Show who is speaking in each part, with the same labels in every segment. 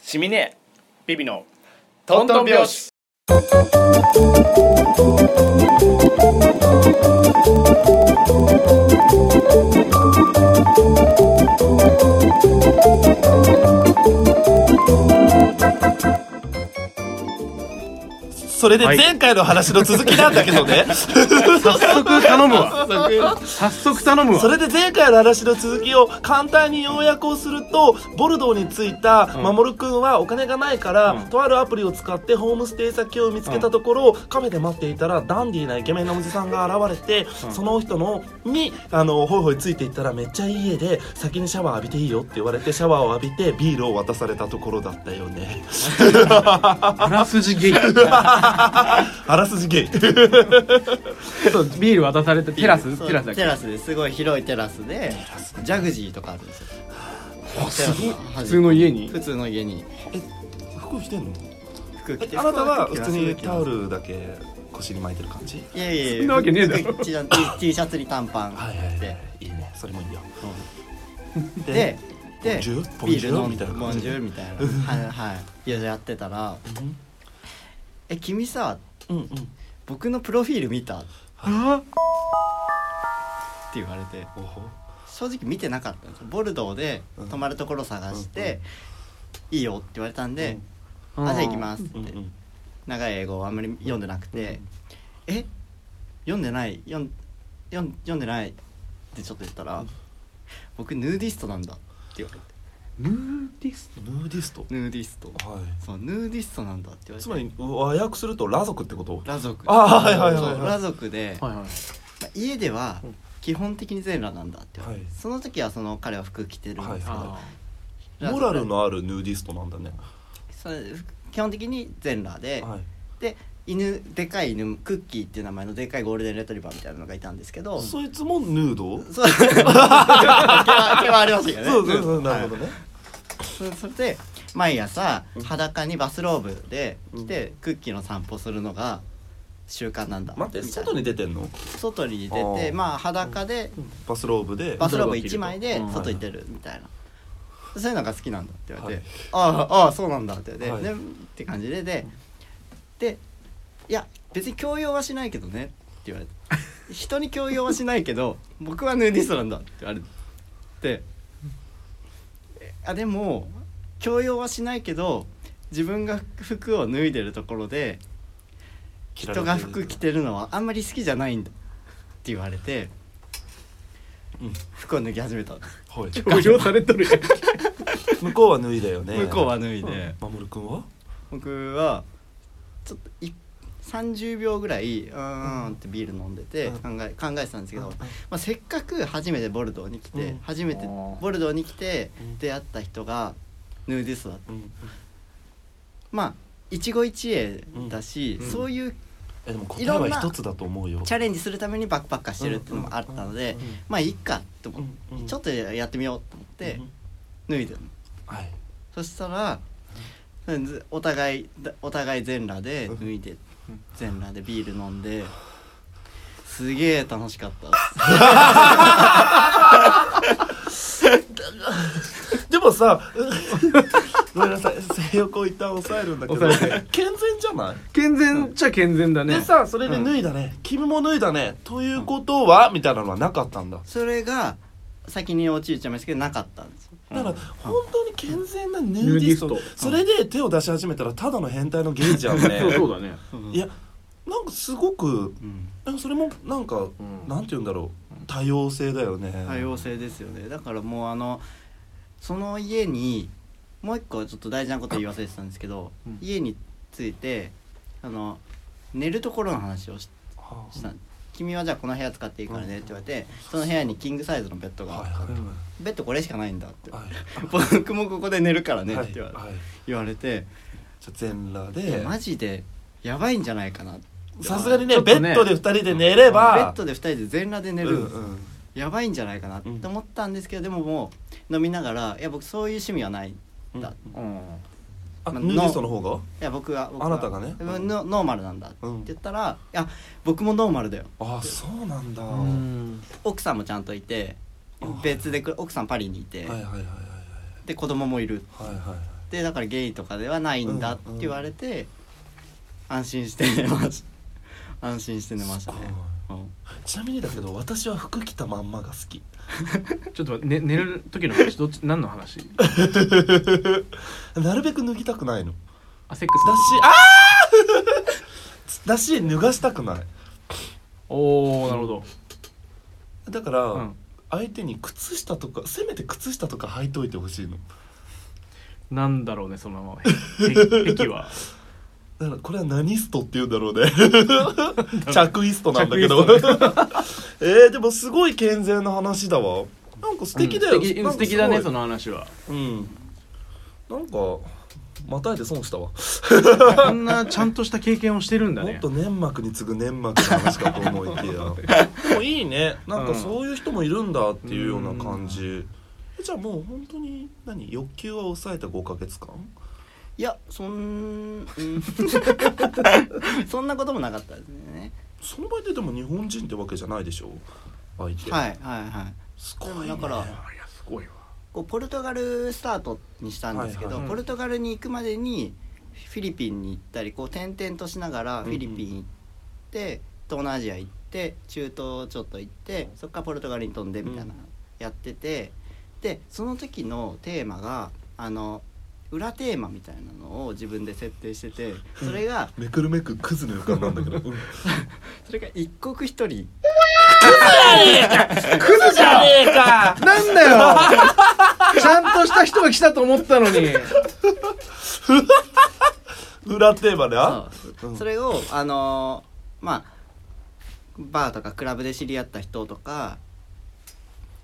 Speaker 1: シミネビビのトントン拍子
Speaker 2: それで前回の話の続きなんだけどね、
Speaker 3: 早速頼むわ早速頼むわ
Speaker 2: それで前回の話の続きを簡単に要約をするとボルドーに着いた守くんはお金がないから、
Speaker 3: うん
Speaker 2: とあるアプリを使ってホームステイ先を見つけたところ、カフェで待っていたらダンディーなイケメンのおじさんが現れて、
Speaker 3: うん
Speaker 2: その人のにあのホイホイついていったらめっちゃいい家で先にシャワー浴びていいよって言われてシャワーを浴びてビールを渡されたところだったよね
Speaker 3: あらすじゲイ
Speaker 2: あらすじゲイ
Speaker 3: そうビール渡されてテラス
Speaker 4: そう
Speaker 3: テラスだっ
Speaker 4: テ
Speaker 3: け
Speaker 4: ラスですごい広いテラスでジャグジーとかあるんですよテラスの端
Speaker 3: 普通の家に
Speaker 4: 普通の家に
Speaker 2: 服着てんの
Speaker 4: 服着て
Speaker 2: あなたは普通に
Speaker 4: 服着て
Speaker 2: タオルだけ腰に巻いてる感じ
Speaker 4: いやいやいや
Speaker 3: そんなわけねえだろ
Speaker 4: 服 T シャツ T シャツに短パン
Speaker 2: はいはい
Speaker 4: で
Speaker 2: いいねそれもいいよ
Speaker 4: で
Speaker 2: ポ
Speaker 4: で
Speaker 2: ンジュポン
Speaker 4: ビ
Speaker 2: ジ
Speaker 4: ー
Speaker 2: ュ
Speaker 4: ル飲
Speaker 2: み
Speaker 4: ん
Speaker 2: た
Speaker 4: で
Speaker 2: いな
Speaker 4: ボ
Speaker 2: 感じ
Speaker 4: ンジュみたいなはいはいいややってたら
Speaker 2: ん
Speaker 4: 「え君さ
Speaker 2: うんうん
Speaker 4: 僕のプロフィール見た?」って
Speaker 3: あ
Speaker 4: 言われて
Speaker 2: おほ
Speaker 4: 正直見てなかったんですよボルドーで泊まるところ探して「いいよ」って言われたんで「あじゃあ行きます」っ
Speaker 2: う
Speaker 4: て
Speaker 2: んうん
Speaker 4: 長い英語をあんまり読んでなくて「え読んでない読ん読ん読んでない」ってちょっと言ったら「僕ヌーディストなんだ」って言われて
Speaker 3: ヌーディス
Speaker 2: ヌーディスト
Speaker 4: 「ヌーディスト」
Speaker 2: は
Speaker 4: そうヌーディストなんだって言わ
Speaker 2: い
Speaker 4: れて
Speaker 2: つまり和訳すると裸族ってこと
Speaker 4: 裸族
Speaker 2: あーはいはいはいはい
Speaker 4: そう裸族で、
Speaker 3: トはいはい
Speaker 4: まあ家では基本的に全裸なんだって言われて、
Speaker 2: はい
Speaker 4: その時はその彼は服着てるんですけど、
Speaker 3: あ
Speaker 4: 裸
Speaker 2: モ
Speaker 4: 族
Speaker 2: ラルのあるヌーディストなんだね
Speaker 4: それ基本的に全裸で、
Speaker 2: はい
Speaker 4: で犬でかい犬クッキーっていう名前のでかいゴールデンレトリバーみたいなのがいたんですけど、そ
Speaker 2: そ
Speaker 4: う
Speaker 2: いつもヌード
Speaker 4: 毛は毛はありましたけどね
Speaker 2: そうそうそうなるほどね
Speaker 4: そそれで毎朝裸にバスローブで来て、クッキーの散歩するのが習慣なんだ
Speaker 2: 待って
Speaker 4: みたいな
Speaker 2: 外に出てんの
Speaker 4: 外に
Speaker 2: あ
Speaker 4: 出て
Speaker 2: ー
Speaker 4: まあ裸で
Speaker 2: バスローブで
Speaker 4: バスローブ1枚で
Speaker 3: うん
Speaker 4: 外に出るみたいな、そういうのが好きなんだって言われて、
Speaker 2: はい
Speaker 4: ああああそうなんだって言われて、
Speaker 2: はい
Speaker 4: ねって感じでででいや別に強要はしないけどねって言 われて人に強要はしないけど僕はヌーディストなんだって言われてえあでも強要はしないけど自分が服を脱いでるところで
Speaker 2: 着られ
Speaker 4: 人
Speaker 2: て
Speaker 4: が服着てるのはあんまり好きじゃないんだって言われて、
Speaker 2: うん
Speaker 4: 服を脱ぎ始めた
Speaker 2: はい
Speaker 3: 強要されとるやん
Speaker 2: 向こうは脱いだよね
Speaker 4: 向こうは脱いで、
Speaker 2: 守君は
Speaker 4: 僕はちょっとい30秒ぐらいうーんってビール飲んでて考
Speaker 2: う
Speaker 4: え考えてたんですけど、
Speaker 2: うん
Speaker 4: まあ、せっかく初めてボルドーに来て、
Speaker 2: うん
Speaker 4: 初めてボルドーに来て
Speaker 2: うん
Speaker 4: 出会った人がヌーディストだった
Speaker 2: うん
Speaker 4: まあ一期一会だし、
Speaker 3: うん
Speaker 4: そういう
Speaker 2: えでも答え
Speaker 4: いろ
Speaker 2: は
Speaker 4: んな
Speaker 2: 一つだと思うよ
Speaker 4: チャレンジするためにバックパッカーしてるっていうのもあったので、
Speaker 2: うんうんうん
Speaker 4: まあいいかと思って、
Speaker 2: うんうん
Speaker 4: ちょっとやってみようと思って
Speaker 2: うん
Speaker 4: 脱いでるの
Speaker 2: はい
Speaker 4: そしたらずお互いだお互い全裸で脱いで全裸でビール飲んですげえ楽しかったっす
Speaker 2: でもさ、 ごめんなさい、性欲を一旦抑えるんだけど、健
Speaker 3: 抑え
Speaker 2: 全じゃない、
Speaker 3: 健全っちゃ健全だね
Speaker 2: でさ、それで脱いだね、君も脱いだね、ということは、みたいなのはなかったんだ。
Speaker 4: それが先に陥っちゃいましたけどなかったんですよ
Speaker 2: だから、本当に健全なヌーディスト、
Speaker 3: ヌーディスト
Speaker 2: それで手を出し始めたら、ただの変態のゲイじゃんね
Speaker 3: そう。そうだね
Speaker 2: いや、なんかすごく、
Speaker 4: うん
Speaker 2: なんかそれも、なんか、
Speaker 3: ん
Speaker 2: なんて言うんだろう、多様性だよね。
Speaker 4: 多様性ですよねだからもうあのその家にもう一個ちょっと大事なこと言い忘れてたんですけど、
Speaker 3: うん
Speaker 4: 家に着いてあの寝るところの話をし
Speaker 2: は
Speaker 4: したん君はじゃあこの部屋使っていいからね」って言われてその部屋にキングサイズのベッド
Speaker 2: あ
Speaker 4: があっ
Speaker 2: は
Speaker 4: て
Speaker 2: いは
Speaker 4: ベッドこれしかないんだって
Speaker 2: い。 はい
Speaker 4: 僕もここで寝るからね
Speaker 2: は
Speaker 4: っ
Speaker 2: い
Speaker 4: て言われ,、
Speaker 2: はい
Speaker 4: 言われて
Speaker 2: じゃあ全裸
Speaker 4: いや
Speaker 2: で
Speaker 4: マジでやばいんじゃないかな
Speaker 2: さすがに
Speaker 3: ち
Speaker 2: ね
Speaker 3: ょっとね
Speaker 2: ベッドで二人で寝れ
Speaker 4: ベ
Speaker 2: ば
Speaker 4: ッドで2人で全裸で寝る、
Speaker 2: うんうん
Speaker 4: やばいんじゃないかなって思ったんですけど、でももう飲みながら「いや僕そういう趣味はないんだ」
Speaker 2: うん
Speaker 3: うん
Speaker 2: あ
Speaker 4: まあ
Speaker 2: ヌーディストの方が
Speaker 4: いや僕は僕は
Speaker 2: あなたがね
Speaker 4: うんノノーマルなんだ」って
Speaker 2: うん
Speaker 4: 言ったら「いや僕もノーマルだよ
Speaker 2: あそうなんだ
Speaker 3: う
Speaker 2: は
Speaker 3: ん
Speaker 4: 奥さんもちゃんといて別でく奥さんパリにい
Speaker 2: い
Speaker 4: て、
Speaker 2: はいはいはい
Speaker 4: で子供もいる
Speaker 2: はいはいはい
Speaker 4: でだからゲイとかではないんだって言われて、安心して寝まし安心して寝ましたね
Speaker 2: す
Speaker 4: うん
Speaker 2: ちなみにだけど私は服着たまんまが好き
Speaker 3: ちょっと待って、ね、寝る時の話どっち何の話
Speaker 2: なるべく脱ぎたくないの
Speaker 3: あセックス
Speaker 2: だしあー だし脱がしたくない
Speaker 3: おおなるほど、
Speaker 2: だから、
Speaker 3: うん
Speaker 2: 相手に靴下とかせめて靴下とか履いといてほしいの
Speaker 3: なんだろうねそのへ癖は
Speaker 2: だからこれは何ストって言うんだろう ね着衣ストなんだけど
Speaker 3: 着
Speaker 2: えー、でもすごい健全な話だわなんか素敵だよ、
Speaker 3: うん素敵素敵だねそ
Speaker 2: の
Speaker 3: の話は
Speaker 2: うんなんかまたいで損したわ、
Speaker 3: こんなちゃんとした経験をしてるんだ
Speaker 2: もっ
Speaker 3: ね
Speaker 2: と粘膜に次ぐ粘膜の話かと思いき やでもいいねなんかそういう人もいるんだっていうような感じ、えじゃあもう本当に何欲求は抑えた5ヶ月間
Speaker 4: いやそん、 うん、 そんなこともなかったですね
Speaker 2: その場合ででも日本人ってわけじゃないでしょ相手
Speaker 4: はいいはいはい
Speaker 2: すごい、ね、
Speaker 4: でもだか
Speaker 3: い
Speaker 4: ら
Speaker 3: やすごいわ
Speaker 4: こうポルトガルスタートにしたんですけど、
Speaker 2: はい
Speaker 3: はい
Speaker 4: ポルトガルに行くまでにフィリピンに行ったりこう転々としながらフィリピン行って、東南アジア行って中東ちょっと行ってそっからポルトガルに飛んでみたい
Speaker 2: うん
Speaker 4: なやってて、でその時のテーマがあの裏テーマみたいなのを自分で設定しててそれが、
Speaker 2: めくるめくクズの予感なんだけど、うん
Speaker 4: それが一国一人
Speaker 3: クズじゃねえかなんだよちゃんとした人が来たと思ったのに
Speaker 2: 裏テーマであ
Speaker 4: そう
Speaker 2: うん
Speaker 4: それをあのーまあバーとかクラブで知り合った人とか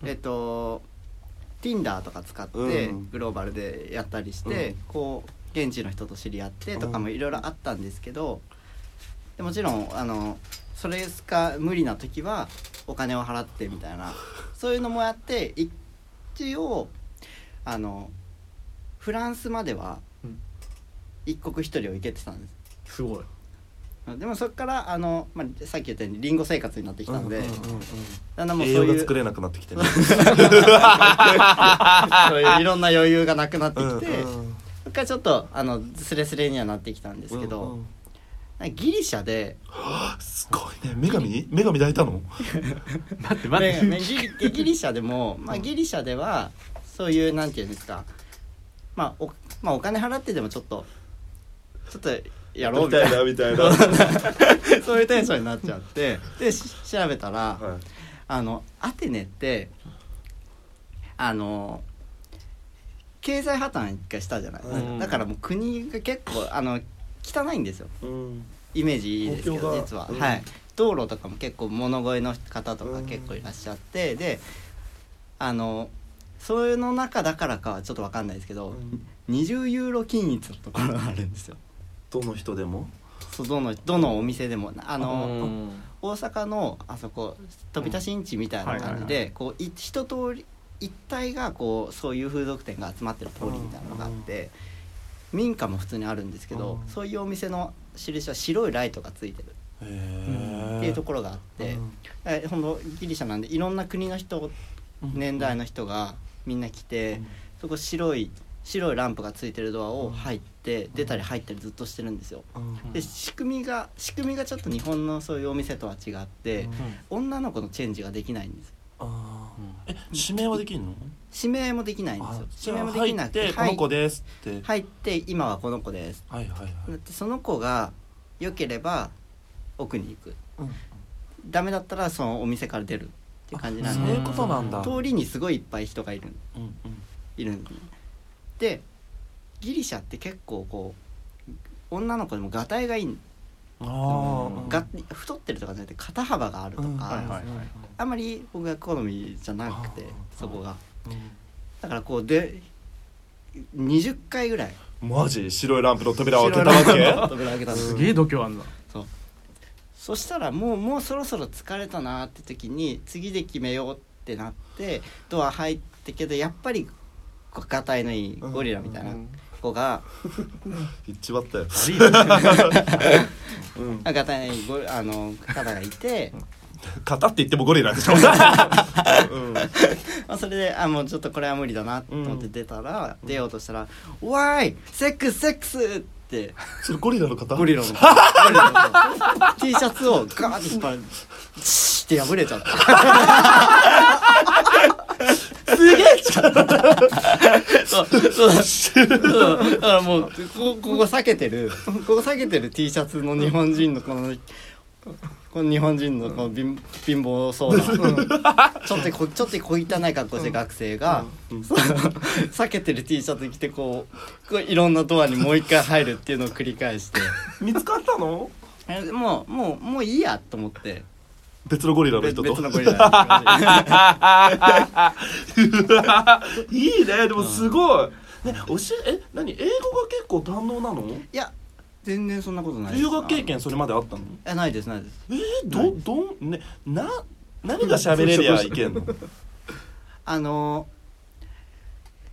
Speaker 4: えっと Tinder とか使って
Speaker 2: うん
Speaker 4: グローバルでやったりして、
Speaker 2: うん
Speaker 4: こう現地の人と知り合ってとかもいろいろあったんですけどでもちろんあのそれしか無理な時はお金を払ってみたいなそういうのもやって一応あのフランスまでは
Speaker 3: うん
Speaker 4: 一国一人を行けてたんです。
Speaker 3: すごい
Speaker 4: でもそこからあの、まあ、さっき言ったようにリンゴ生活になってきたので、
Speaker 2: うんうんうんうん
Speaker 4: だんだんもう
Speaker 2: 栄
Speaker 4: そう
Speaker 2: 養
Speaker 4: い
Speaker 2: が
Speaker 4: う
Speaker 2: 作れなくなってきてね
Speaker 4: そういういろんな余裕がなくなって
Speaker 2: うん
Speaker 4: きて、そっからちょっとあのスレスレにはなってきたんですけど、
Speaker 2: うんうん
Speaker 4: ギリシャで、
Speaker 2: すごいね女神女神抱いたの
Speaker 3: 待って待って、
Speaker 4: ねねギリギリシャでも、まあ、ギリシャではそういうなんていうんですか、まあ、おまあお金払ってでもちょっとちょっとやろうみたいな
Speaker 2: みたいなみたいな
Speaker 4: そういうテンションになっちゃってでし調べたら、
Speaker 2: はい
Speaker 4: あのアテネってあの経済破綻一回したじゃないですか、
Speaker 3: うん
Speaker 4: だからもう国が結構あの汚いんですよ
Speaker 2: うん
Speaker 4: イメージいいですけ
Speaker 2: 東京
Speaker 4: ど
Speaker 2: が
Speaker 4: 実は、
Speaker 2: うん
Speaker 4: はい道路とかも結構物乞いの方とか
Speaker 2: うん
Speaker 4: 結構いらっしゃって、であのそういうの中だからかはちょっとわかんないですけど、
Speaker 2: うん
Speaker 4: 20ユーロ均一のところがあるんですよ
Speaker 2: どの人でも
Speaker 4: そうどのどのお店でもあ
Speaker 3: あ
Speaker 4: の、大阪のあそこ飛び出しんちみたいな感じ
Speaker 3: はいはい
Speaker 4: でこうい一通り一帯がこうそういう風俗店が集まってる通りみたいなのがあって民家も普通にあるんですけど
Speaker 2: うん
Speaker 4: そういうお店の印は白いライトがついてる
Speaker 2: へ
Speaker 4: っていうところがあっ
Speaker 2: う
Speaker 4: て
Speaker 2: ん
Speaker 4: えほんとギリシャなんでいろんな国の人年代の人がみんな来てそこ白い白いランプがついてるドアを入って出たり入ったりずっとしてるんですよ。
Speaker 2: うん
Speaker 4: で仕組みが仕組みがちょっと日本のそういうお店とは違って、女の子のチェンジができないんです
Speaker 2: あーえ指名はできるの
Speaker 4: 指名もできないん
Speaker 2: あ
Speaker 4: です
Speaker 2: じ
Speaker 4: よ
Speaker 2: ゃ
Speaker 4: 指名
Speaker 2: あ
Speaker 4: もで
Speaker 2: 入
Speaker 4: きな
Speaker 2: っ
Speaker 4: くて
Speaker 2: てこの子
Speaker 4: で
Speaker 2: ですって
Speaker 4: 入って今はこの子です
Speaker 2: はいはいはい
Speaker 4: だってその子が良ければ奥に行く
Speaker 2: うん
Speaker 4: ダメだったらそのお店から出るっていう感じな
Speaker 2: そ
Speaker 4: ん
Speaker 2: う
Speaker 4: で
Speaker 2: いうことなんだ
Speaker 4: 通りにすごいいっぱい人がいる
Speaker 2: うんうん
Speaker 4: いるんですねでギリシャって結構こう女の子でもがたいがいいん
Speaker 2: ああ
Speaker 4: が太ってるとかじゃなくて肩幅があるとか、
Speaker 2: うん
Speaker 3: はいはいはい
Speaker 4: あんまり僕が好みじゃなくて
Speaker 2: あー
Speaker 4: そこが
Speaker 2: うん
Speaker 4: だからこうで20回ぐらい
Speaker 2: マジ白いランプの扉を開けたわけ
Speaker 4: 扉開けたんです
Speaker 3: すげえ度胸あんな
Speaker 4: そうそしたらもうもうそろそろ疲れたなって時に次で決めようってなってドア入ってけどやっぱりこうガタイのいいゴリラみたいな子が、
Speaker 2: 言っちまったよ
Speaker 3: 悪いよね
Speaker 2: うん
Speaker 4: あガタイのいいゴリあの方がいて
Speaker 2: 型って言ってもゴリラでしょ、うん、
Speaker 4: まあ、それであもうちょっとこれは無理だなと思って出たら、出ようとしたら「わーいセックスセックス!」って
Speaker 2: それゴリラの型
Speaker 4: ゴリラのゴリラの T シャツをガーッて引っ張るシーッて破れちゃったすげえ力そうそうだそうだからもうここここ避けてるここ避けてる T シャツの日本人のこのこの日本人のこの貧貧乏そうな、ちょっとこちょっと小汚い格好して学生が、 その避けてる T シャツ着てこうこういろんなドアにもう一回入るっていうのを繰り返して
Speaker 2: 見つかったの
Speaker 4: えもうもうもういいやと思って
Speaker 2: 別のゴリラの
Speaker 4: 別
Speaker 2: 人と
Speaker 4: 別のゴリ ラに
Speaker 2: うわいいねでもすごい、ね、教ええ何英語が結構堪能なの
Speaker 4: いや全然そんなことないです
Speaker 2: 留学経験それまであったの
Speaker 4: えないですないです
Speaker 2: えー、どどんねな何が喋れりゃいけんの
Speaker 4: あの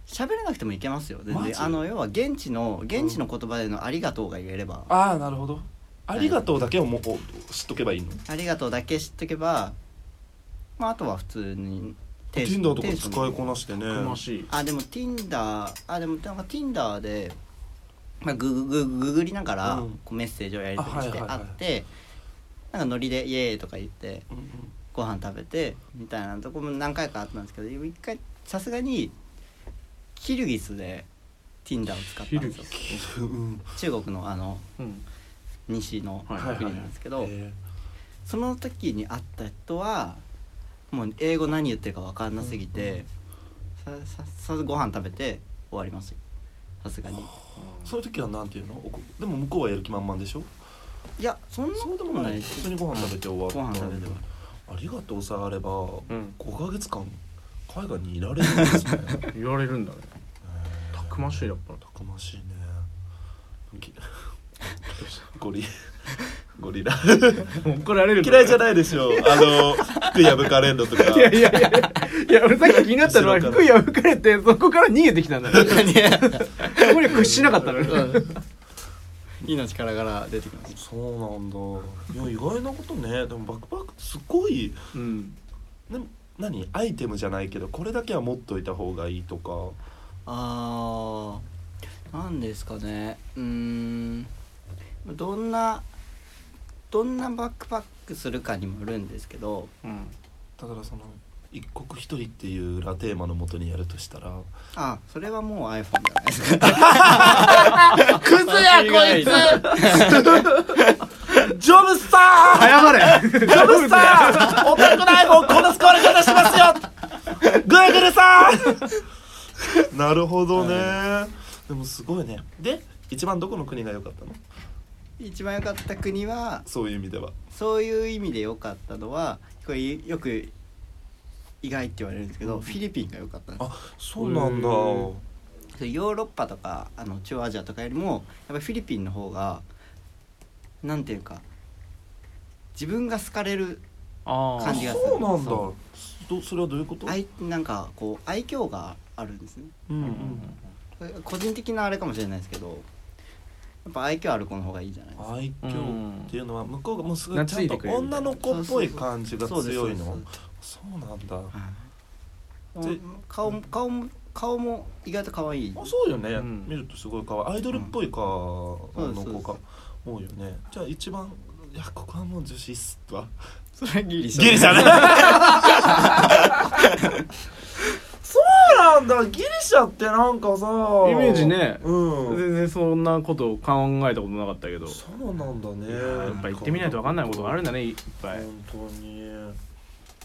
Speaker 4: 喋れなくてもいけますよ全
Speaker 2: マジ
Speaker 4: 然あの要は現地の現地の言葉での「ありがとう」が言えれば、
Speaker 2: ああなるほどありがとうだけをもうこう知っとけばいいの
Speaker 4: ありがとうだけ知っとけば、まあ、あとは普通にテ
Speaker 2: Tinder とか使いこなしてね
Speaker 3: 楽しい
Speaker 4: あでも Tinder あでもなんか Tinder で、まあ、グググググりながら、
Speaker 2: うん
Speaker 4: こうメッセージをやり取りして
Speaker 2: あは
Speaker 4: あ
Speaker 2: いはいはい
Speaker 4: って、なんかノリで「イエーイ!」とか言って
Speaker 2: うんうん
Speaker 4: ご飯食べてみたいなとこも何回かあったんですけど一回さすがにキルギスで Tinder を使ったんです
Speaker 2: う
Speaker 4: よ
Speaker 2: ん
Speaker 4: 中国のあの
Speaker 1: うん
Speaker 4: 西の国なんですけど、
Speaker 2: え
Speaker 4: その時に会った人はもう英語何言ってるか分かんなすぎて、さささご飯食べて終わりますよさすがに
Speaker 2: ーそういう時はなんていうのおこでも向こうはやる気満々でしょ
Speaker 4: いやそんな
Speaker 2: そう
Speaker 4: こ
Speaker 2: で
Speaker 4: と
Speaker 2: も
Speaker 4: も
Speaker 2: な
Speaker 4: ないい
Speaker 2: 普通にご飯食べて終わった
Speaker 4: ご飯食べて終わ
Speaker 2: ありがとうさえあれば
Speaker 1: うん
Speaker 2: 5か月間海外にいられるんですね
Speaker 3: 言われるんだねたくましいやっぱ
Speaker 2: たくましいねぎゴリゴリラ
Speaker 3: 怒られる
Speaker 2: 嫌いじゃ
Speaker 3: い
Speaker 2: ないでしょあの服破かれんのとか
Speaker 3: いやいやいやいや俺さっき気になったのは
Speaker 2: 後ろ
Speaker 3: 服破かれてそこから逃げてきたんだね そこには屈しなかったのね
Speaker 4: 命からがら出てきまし
Speaker 2: そうなんだいや意外なことねでもバックパックすごい
Speaker 3: うん
Speaker 2: でも何アイテムじゃないけどこれだけは持っといた方がいいとか
Speaker 4: あーなんですかねうーんどんなどんなバックパックするかにもよるんですけど
Speaker 1: うん
Speaker 2: だからその一国一人っていう裏テーマのもとにやるとしたら
Speaker 4: あそれはもう iPhone じゃないですか
Speaker 1: クズやこいつ
Speaker 2: ジョブズさ
Speaker 3: 謝れ
Speaker 2: んジョブ ズさんオタクの iPhone こんな使われ方しますよグーグルさんなるほどね、でもすごいねで一番どこの国が良かったの
Speaker 4: 一番良かった国は
Speaker 2: そういう意味では
Speaker 4: そういう意味で良かったのはこれよく意外って言われるんですけど、フィリピンが良かったんで
Speaker 2: あそうなんだ
Speaker 3: へー
Speaker 4: すヨーロッパとかあの中央アジアとかよりもやっぱりフィリピンの方がなんていうか自分が好かれる
Speaker 1: あ
Speaker 2: あ
Speaker 4: 感じがする
Speaker 2: そうなんだ
Speaker 4: そ
Speaker 2: どそれはどういうこと
Speaker 4: 愛なんかこう愛嬌があるんですね
Speaker 2: うんうん
Speaker 4: これ個人的なあれかもしれないですけどやっぱ愛嬌ある子の方がいいじゃないですか
Speaker 2: 愛嬌っていうのは向こうがもうすごいちゃ
Speaker 3: 懐
Speaker 2: ん
Speaker 3: い
Speaker 2: と
Speaker 3: てくれる
Speaker 2: 女の子っぽい感じが
Speaker 4: そうです
Speaker 2: 強い
Speaker 4: そう
Speaker 2: の
Speaker 4: です
Speaker 2: そうなんだ
Speaker 4: はい
Speaker 2: で
Speaker 4: 顔も顔も顔も意外と可愛い
Speaker 2: あそうよね、
Speaker 1: うん
Speaker 2: 見るとすごい可愛いアイドルっぽいか、
Speaker 4: うん
Speaker 2: あの子が
Speaker 4: そ
Speaker 2: 多いよねじゃあ一番いやここはもう女子っすわ
Speaker 4: それはギリ
Speaker 2: ギリシャねそうなんだギリシャってなんかさ
Speaker 3: イメージね
Speaker 2: うん
Speaker 3: 全然そんなことを考えたことなかったけど
Speaker 2: そうなんだね
Speaker 3: やっぱ行ってみないと分かんないことがあるんだねいっぱいも
Speaker 2: 本当に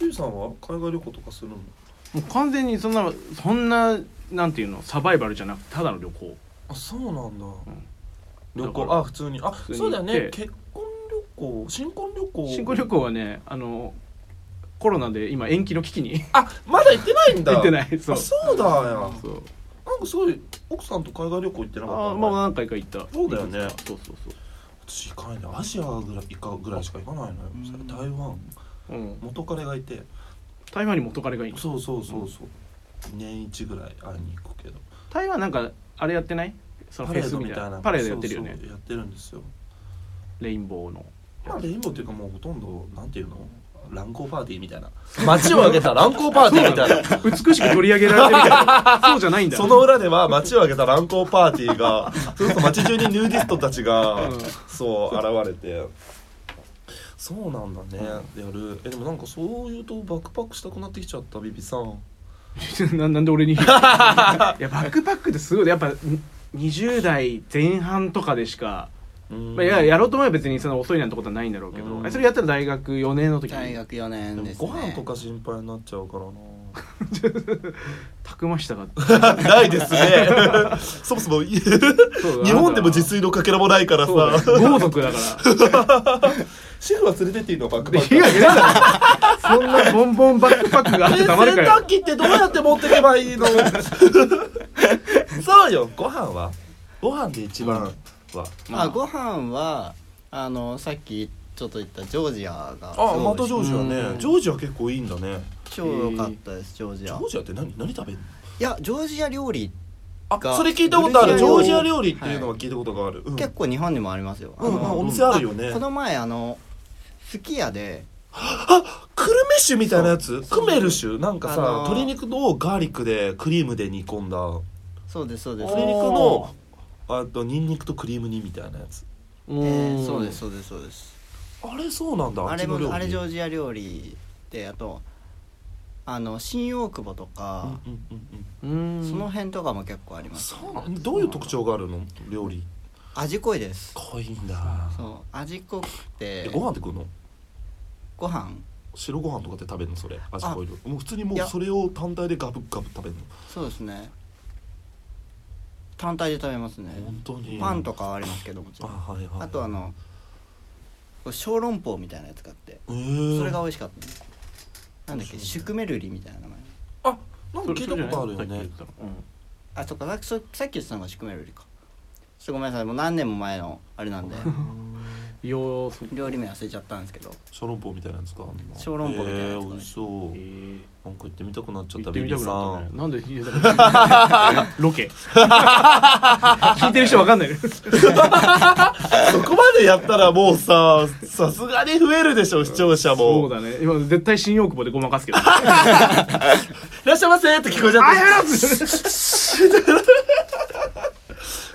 Speaker 2: ゆうさんは海外旅行とかするの
Speaker 3: う完全にそんなそんななんていうのサバイバルじゃなくてただの旅行
Speaker 2: あそうなんだ、
Speaker 3: ん
Speaker 2: 旅
Speaker 3: だ
Speaker 2: 行
Speaker 3: から
Speaker 2: あ普通にあ
Speaker 3: 通に
Speaker 2: そうだよ
Speaker 3: 行
Speaker 2: ね
Speaker 3: って
Speaker 2: 結婚旅行新婚旅行
Speaker 3: 新婚旅行はねあのコロナで今延期の危機に
Speaker 2: あまだ行ってないんだ
Speaker 3: 行ってないそ
Speaker 2: あ
Speaker 3: う
Speaker 2: そうだよ
Speaker 3: そう
Speaker 2: なんかすごい奥さんと海外旅行行ってなかった
Speaker 3: あまあ何回か行った
Speaker 2: そうだよね
Speaker 3: そうそうそ
Speaker 2: 私行かないねアジアぐらい行かぐらいしか行かないのよ
Speaker 4: うん
Speaker 2: それ台湾
Speaker 3: う、うん、
Speaker 2: 元彼がいて
Speaker 3: 台湾に元彼がいいの
Speaker 2: そうそうそうそう年一ぐらい会いに行くけど
Speaker 3: 台湾なんかあれやってないそのフェスみたいなパレードやってるよね
Speaker 2: そうそうやってるんですよ
Speaker 3: レインボーの
Speaker 2: まあレインボーっていうかもうほとんどなんていうの乱行パーティーみたいな 街を挙げた乱行パーティーみたいな
Speaker 5: 美しく取り上げられてるけ どそうじゃないんだ
Speaker 2: その裏では街を挙げた乱行パーティーがそうすると街中にヌーディストたちが、
Speaker 5: うん
Speaker 2: そう現れてそうなんだね、やるえでもなんかそういうとバックパックしたくなってきちゃったビビさん
Speaker 5: ななんで俺にいやバックパックってすごいやっぱに20代前半とかでしか、
Speaker 2: うん
Speaker 5: まあ、いややろうと思えば別にその遅いなんてことはないんだろうけど、
Speaker 2: うん
Speaker 5: えそれやったら大学4年の時
Speaker 4: 大
Speaker 5: に
Speaker 4: 学4年
Speaker 2: で
Speaker 4: で
Speaker 2: も
Speaker 4: す、
Speaker 2: ご
Speaker 4: ね、
Speaker 2: 飯とか心配になっちゃうからな
Speaker 5: たくましさが
Speaker 2: ないですね そもそもい日
Speaker 5: そう
Speaker 2: 本でも自
Speaker 5: だ
Speaker 2: 炊のかけらもないから
Speaker 5: から
Speaker 2: さ
Speaker 5: そうだよ豪族だから
Speaker 2: シェフは連れてっていいのバックパッ
Speaker 5: い
Speaker 2: ク
Speaker 5: やいやだからそんなボンボンバックパックがあって
Speaker 2: え洗
Speaker 5: たまるか
Speaker 2: 濯
Speaker 5: よ
Speaker 2: 機ってどうやって持ってけばいいのそうよご飯はご飯で一番は、
Speaker 4: あご飯はあのさっきちょっと言ったジョージアが
Speaker 2: あ
Speaker 4: すごい
Speaker 2: またジョージアね、
Speaker 5: うん
Speaker 2: ジョージア結構いいんだね
Speaker 4: 超良かったですジョージ
Speaker 2: ジ
Speaker 4: ア
Speaker 2: ョージアって何何食べるの
Speaker 4: いやジョージア料理
Speaker 2: あ
Speaker 4: が
Speaker 2: それ聞いたことあるジョ
Speaker 4: グ
Speaker 2: ー
Speaker 4: ル
Speaker 2: ジ
Speaker 4: ジ
Speaker 2: ア
Speaker 4: ア
Speaker 2: 料
Speaker 4: 料
Speaker 2: 理
Speaker 4: 理
Speaker 2: っていうのは聞いたことがある、うん、
Speaker 4: 結構日本にもありますよ、
Speaker 2: うんうん
Speaker 4: あの
Speaker 2: お店あるよね
Speaker 4: この前あのすき家で
Speaker 2: あクルメッシュみたいなやつクメルシュなんかさ、
Speaker 4: あのー
Speaker 2: 鶏肉をガーリックでクリームで煮込んだ
Speaker 4: そうですそうです、
Speaker 2: 鶏肉のあとニンニクとクリーム煮みたいなやつ
Speaker 5: う
Speaker 4: え
Speaker 5: ん
Speaker 4: ーそうですそうですそうです
Speaker 2: あれそうなんだ
Speaker 4: あれ
Speaker 2: っちの料
Speaker 4: も
Speaker 2: 理
Speaker 4: あれジョージア料理であとあの新大久保とか、
Speaker 2: うんうんうんうん
Speaker 5: うん
Speaker 4: その辺とかも結構あります
Speaker 2: そうなのどういう特徴があるの料理
Speaker 4: 味濃いです
Speaker 2: 濃いんだ
Speaker 4: そう味濃く
Speaker 2: え
Speaker 4: て
Speaker 2: ご飯って食うの
Speaker 4: ご飯
Speaker 2: 白ご飯とかで食べるのそれ味
Speaker 4: あ
Speaker 2: 濃いのもう普通にも
Speaker 4: いうや
Speaker 2: それを単体でガブガブ食べるの
Speaker 4: そうですね単体で食べますね
Speaker 2: 本当に
Speaker 4: パンとかはありますけどもち
Speaker 2: あ
Speaker 4: ろん
Speaker 2: はいはい
Speaker 4: あとあのこう小籠包みたいなやつがあって
Speaker 2: えー、
Speaker 4: それが美味しかったですなんだっけシュクメルリみたいな名前
Speaker 2: あなんか聞いたことあるよね
Speaker 4: あそっかさそさっき言ってたのがシュクメルリかちょっとごめんなさいもう何年も前のあれなんで
Speaker 5: よーそ
Speaker 4: 料理名忘れちゃったんですけど
Speaker 2: 小籠包みたいなやつか
Speaker 4: 小籠包みたいなやつ
Speaker 2: え
Speaker 4: だね
Speaker 2: ー、美味しそう
Speaker 5: え
Speaker 2: なん
Speaker 5: ー
Speaker 2: か行ってみたくなっちゃっ
Speaker 5: 行
Speaker 2: た
Speaker 5: って
Speaker 2: ビ
Speaker 5: み
Speaker 2: ビ
Speaker 5: た
Speaker 2: さ
Speaker 5: くなったね
Speaker 2: ん
Speaker 5: なんで聞いてたのロケ 聞いてる人わかんないね
Speaker 2: そこまでやったらもうささすがに増えるでしょ視聴者
Speaker 5: そう
Speaker 2: も
Speaker 5: だね今絶対新大久保でごまかす けど
Speaker 2: いらっしゃいませって聞こえちゃって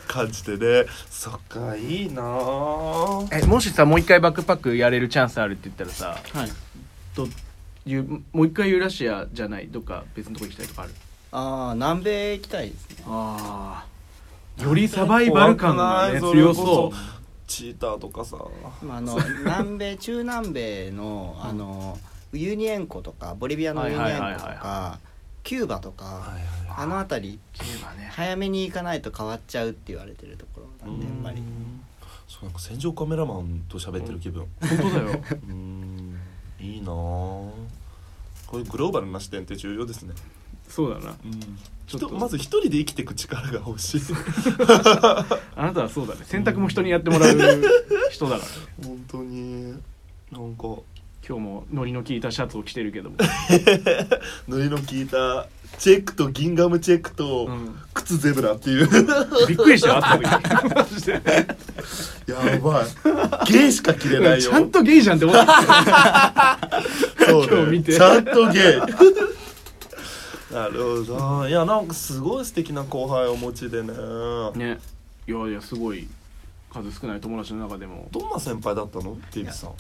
Speaker 2: 感じでねそっかいいなあ
Speaker 5: えもしさもう一回バックパックやれるチャンスあるって言ったらさ
Speaker 4: はい
Speaker 5: ゆもう一回ユーラシアじゃないどっか別のとこ行きたいとかある
Speaker 4: ああ南米行きたいですね
Speaker 5: ああよりサバイバル感が、ね、強そう
Speaker 2: チーターとかさ
Speaker 4: まあ あの南米中南米のあのユニエンコとかボリビアのユニエンコと
Speaker 5: はいはいはい
Speaker 4: かキューバとか
Speaker 2: いはい
Speaker 4: あの辺り
Speaker 5: うそうだね
Speaker 4: 早めに行かないと変わっちゃうって言われてるところなんでやっぱり
Speaker 2: そうなんか戦場カメラマンと喋ってる気分
Speaker 5: 本当だよ
Speaker 2: うーんいいなあこういうグローバルな視点って重要ですね
Speaker 5: そうだなちょっと
Speaker 2: 人まず一人で生きていく力が欲しい
Speaker 5: あなたはそうだね洗濯も人にやってもらう人だから、ね、
Speaker 2: 本当になんか
Speaker 5: 今日もノリの効いたシャツを着てるけども、
Speaker 2: ノリの効いたチェックとギンガムチェックと、
Speaker 5: うん、
Speaker 2: 靴ゼブラっていう
Speaker 5: びっくりしたよ会った時マジで
Speaker 2: やばいゲイしか着れ ないよ
Speaker 5: ちゃんとゲイじゃんって思った
Speaker 2: そう
Speaker 5: 今日見て
Speaker 2: ちゃんとゲイ なるほどいやなんかすごい素敵な後輩をお持ちでね
Speaker 5: ねいやいやすごい数少ない友達の中でも
Speaker 2: どんな先輩だったのデイビさん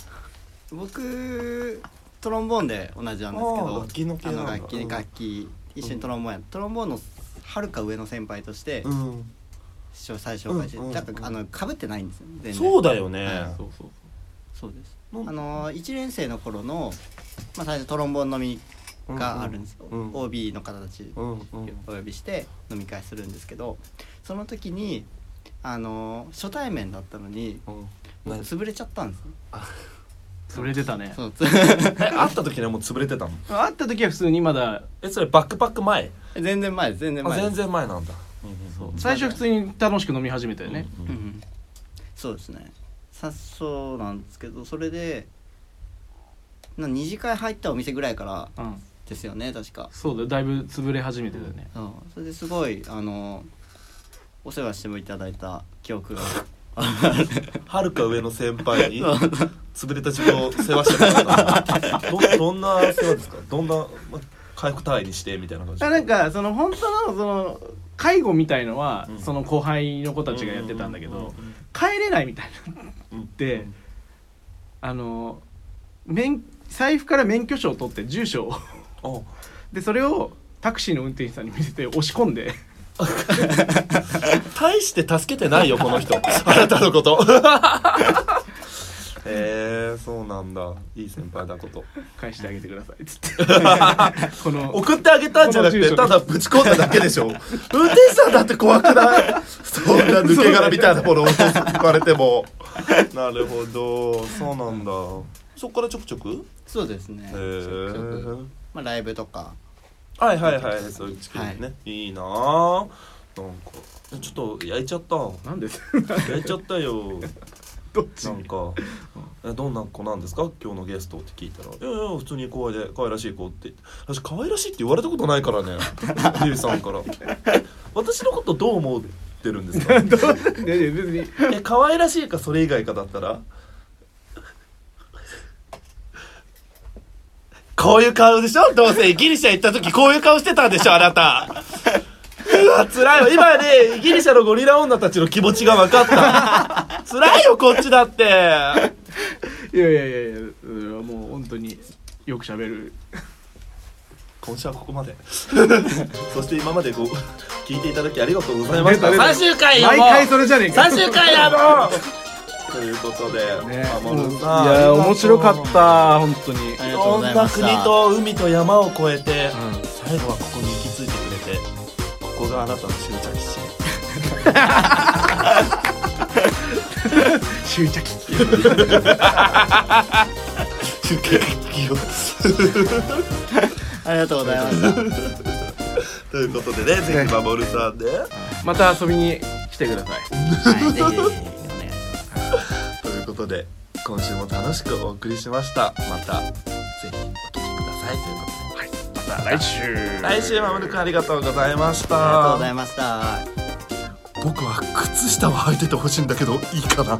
Speaker 4: 僕トロンボーンで同じなんですけ
Speaker 2: あー
Speaker 4: ど
Speaker 2: 楽器の系
Speaker 4: あ
Speaker 2: なん
Speaker 4: の
Speaker 2: だ
Speaker 4: 楽器楽器一緒にトロンボーンやトロンボーンのはるか上の先輩として
Speaker 2: うん
Speaker 4: 最初紹介して
Speaker 2: うんうんうん
Speaker 4: だからあの被ってないんですよ全然
Speaker 2: そうだよね、
Speaker 5: そうそう
Speaker 4: そうですあ
Speaker 2: なん
Speaker 4: の1年生の頃の、まあ、最初トロンボーン飲みがあるんですよ、
Speaker 2: うんうんうん
Speaker 4: OB の方たち
Speaker 2: うんうん
Speaker 4: お呼びして飲み会するんですけどその時にあの初対面だったのに
Speaker 2: うん
Speaker 4: 僕
Speaker 2: ね
Speaker 4: 潰れちゃったんですよ
Speaker 5: それ出たね
Speaker 4: そうつ
Speaker 2: え会った時にはもう潰れてたの
Speaker 5: 会った時は普通にまだ
Speaker 2: えそれバックパック前
Speaker 4: 全然前です全然
Speaker 2: あ
Speaker 4: 前で
Speaker 2: 全
Speaker 4: す
Speaker 2: 然前なんだそう
Speaker 5: 最初普通に楽しく飲み始めたよね、
Speaker 4: うんうんそうですねさそうなんですけどそれでな二次会入ったお店ぐらいから
Speaker 5: うん
Speaker 4: ですよね確か
Speaker 5: そうだよだいぶ潰れ始めてたよね
Speaker 4: そうそれですごいあのお世話してもいただいた記憶が
Speaker 2: はるか上の先輩に潰れた自分を世話してもらったどどんな世話ですかどんな、ま、回復隊員にしてみたいな感じ
Speaker 5: なんかその本当のその介護みたいのは、
Speaker 2: うん
Speaker 5: その後輩の子たちがやってたんだけど、
Speaker 2: うんうん
Speaker 5: 帰れないみたいにな
Speaker 2: うんうん
Speaker 5: って、あの免財布から免許証を取って住所を
Speaker 2: お
Speaker 5: でそれをタクシーの運転手さんに見せて押し込んで
Speaker 2: 大して助けてないよこの人 あなたのこと へえー、そうなんだいい先輩だこと
Speaker 5: 返してあげてくださいっつって この
Speaker 2: 送ってあげたんじゃなくて
Speaker 5: この住所
Speaker 2: ただぶち込んだだけでしょ 運転手さんだって怖くないそんな抜け殻みたいなものを言われてもなるほどそうなんだそっからちょくちょく
Speaker 4: そうですね
Speaker 2: へー
Speaker 4: まあ、ライブとか
Speaker 2: はいはいはいそういう地球ね、い、いなあなんかちょっと焼いちゃった
Speaker 5: なんです
Speaker 2: 焼いちゃったよ
Speaker 5: どっち
Speaker 2: なんか「えどんな子なんですか今日のゲスト」って聞いたら「いやいや普通に怖いで可愛らしい子」って私可愛らしいって言われたことないか らねゆうさんからえ「私のことどう思ってるんですか?
Speaker 5: いやいや別に」
Speaker 2: え可愛らしいかそれ以外かだったらこういう顔でしょどうせギリシャ行った時こういう顔してたんでしょあなたうわ辛いわ今ねギリシャのゴリラ女たちの気持ちが分かった辛いよこっちだって
Speaker 5: いやいやいやいやそれはもう本当によく喋る
Speaker 2: 今週はここまで そして今までご聞いていただきありがとうございました
Speaker 5: 出た出
Speaker 1: 最
Speaker 2: さ
Speaker 1: 終回や
Speaker 5: 毎
Speaker 1: もう
Speaker 5: 回それじゃねえか
Speaker 1: 最終回やもう
Speaker 2: ということで、
Speaker 5: ね
Speaker 2: あま
Speaker 5: う
Speaker 2: る
Speaker 5: んい
Speaker 2: さん
Speaker 5: や面白かった本当に
Speaker 4: あり
Speaker 2: い
Speaker 4: がとう
Speaker 2: ろ
Speaker 4: ご
Speaker 2: ん
Speaker 4: ざいま
Speaker 2: な
Speaker 4: し
Speaker 2: 国
Speaker 4: た
Speaker 2: と海と山を越えて、
Speaker 5: うん
Speaker 2: 最後はここに行き着いてくれてここがあなたの終着地
Speaker 5: 終着
Speaker 2: 終着地
Speaker 4: ありがとうございました
Speaker 2: ということでねぜひまもるさんで、
Speaker 5: また遊びに来てください
Speaker 4: はいぜひぜひお願いします
Speaker 2: ということで今週も楽しくお送りしましたまたぜひお聞きくださいということで、はい、また来週来週まもるくんありがとうございました
Speaker 4: ありがとうございました
Speaker 2: 僕は靴下は履いててほしいんだけどいいかな